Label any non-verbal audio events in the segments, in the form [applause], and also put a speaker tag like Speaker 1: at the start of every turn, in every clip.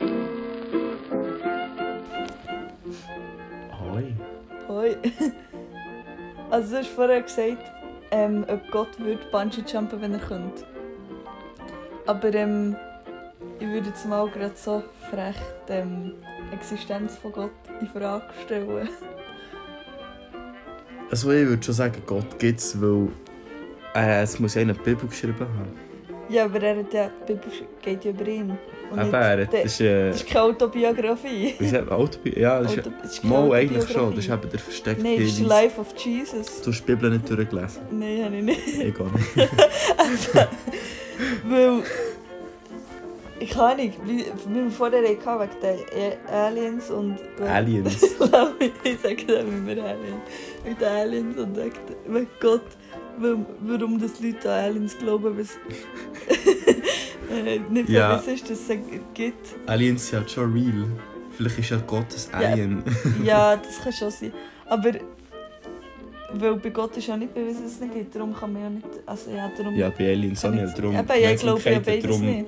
Speaker 1: [laughs] Also du hast vorher gesagt, ähm, ob Gott würde Bungee jumpen, wenn er könnte. Aber ähm, ich würde jetzt mal gerade so frech die ähm, Existenz von Gott in Frage stellen. [laughs]
Speaker 2: Also ich würde schon sagen, Gott gibt es, weil äh, es muss ja einer die Bibel geschrieben haben.
Speaker 1: Ja, aber er hat ja, die Bibel geht ja über ihn.
Speaker 2: Eben,
Speaker 1: Und nicht-
Speaker 2: er hat-
Speaker 1: de-
Speaker 2: das ist... Äh,
Speaker 1: das ist keine Autobiografie.
Speaker 2: wie sagt man? Autobi ja, das ist...
Speaker 1: Auto- das ist keine
Speaker 2: Mal dus eigentlich
Speaker 1: Autobiografie.
Speaker 2: schon, das ist eben der versteckte
Speaker 1: Nein, das ist
Speaker 2: Hinweis.
Speaker 1: Life of Jesus.
Speaker 2: Du hast die Bibel nicht durchgelesen.
Speaker 1: Nein, habe ich nicht.
Speaker 2: Ich gar nicht.
Speaker 1: Also, Weil. Ich kann nicht, wie, wie wir vorher hatten, wegen den E- Aliens und. äh,
Speaker 2: Aliens.
Speaker 1: [laughs] ich sage dann immer Aliens. Mit den Aliens und wegen wegen Gott. Weil- Warum das Leute an Aliens glauben, was. [laughs] äh, nicht so
Speaker 2: Ja.
Speaker 1: was ist, dass es sie gibt.
Speaker 2: [laughs] Aliens sind halt schon real. Vielleicht ist ja Gott ein
Speaker 1: Ja.
Speaker 2: Alien.
Speaker 1: Ja, das kann schon sein. Aber. Weil bei Gott ist ja nicht bewiesen, dass es nicht gibt. Darum kann man ja nicht. Also, ja, darum.
Speaker 2: Ja, bei Aliens auch
Speaker 1: kann
Speaker 2: nicht. Darum
Speaker 1: Eben, ja, ich
Speaker 2: weiss
Speaker 1: glaube ja
Speaker 2: keiner,
Speaker 1: beides
Speaker 2: darum
Speaker 1: nicht.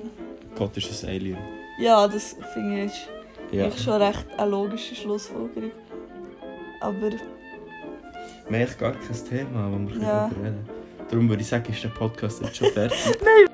Speaker 2: Gott ist ein dus Alien.
Speaker 1: Ja, das finde ich ist
Speaker 2: Ja.
Speaker 1: eigentlich schon recht eine logische Schlussfolgerung. Aber
Speaker 2: Wir haben eigentlich gar kein Thema, wo wir
Speaker 1: Ja. [laughs]
Speaker 2: darüber reden können. Darum würde ich sagen, ist der Podcast jetzt schon fertig.